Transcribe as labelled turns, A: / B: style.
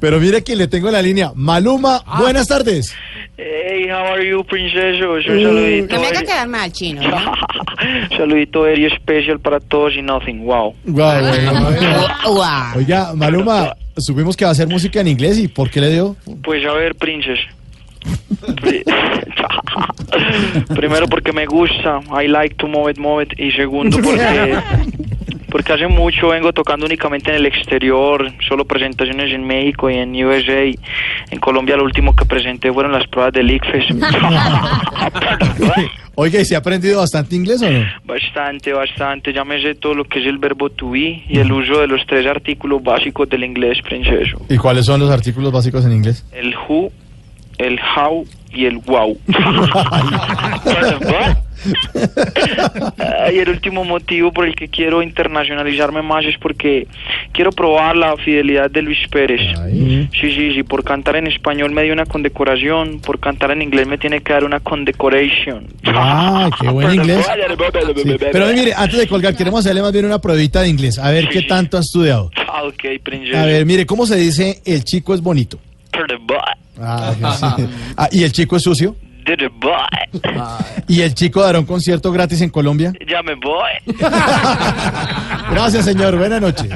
A: Pero mire que le tengo la línea. Maluma, buenas tardes.
B: Hey, how are you, princesos? Un saludito.
C: No me haga
B: very-
C: quedar mal, chino. ¿no?
B: saludito very especial para todos y nothing. Wow.
A: Guau, bueno, oiga.
C: Guau.
A: Oiga, Maluma, supimos que va a hacer música en inglés y ¿por qué le dio?
B: Pues a ver, princes. Pri- Primero porque me gusta, I like to move it, move it. Y segundo porque, porque hace mucho vengo tocando únicamente en el exterior, solo presentaciones en México y en USA. En Colombia lo último que presenté fueron las pruebas del ICFES.
A: Oiga, ¿y se ha aprendido bastante inglés o no?
B: Bastante, bastante. Ya me sé todo lo que es el verbo to be y el uso de los tres artículos básicos del inglés, princeso.
A: ¿Y cuáles son los artículos básicos en inglés?
B: El who, el how y el wow. y el último motivo por el que quiero internacionalizarme más es porque quiero probar la fidelidad de Luis Pérez.
A: Ay.
B: Sí, sí, sí, por cantar en español me dio una condecoración, por cantar en inglés me tiene que dar una condecoration.
A: Ah, qué buen inglés. Sí, Pero mire, antes de colgar, queremos hacerle más bien una pruebita de inglés. A ver qué tanto ha estudiado.
B: Ah, ok, princesa.
A: A ver, mire, ¿cómo se dice el chico es bonito?
B: For the boy.
A: Ah, sí. Ah, ¿Y el chico es sucio?
B: Did the boy.
A: ¿Y el chico dará un concierto gratis en Colombia?
B: Ya me voy.
A: Gracias, señor. Buenas noches.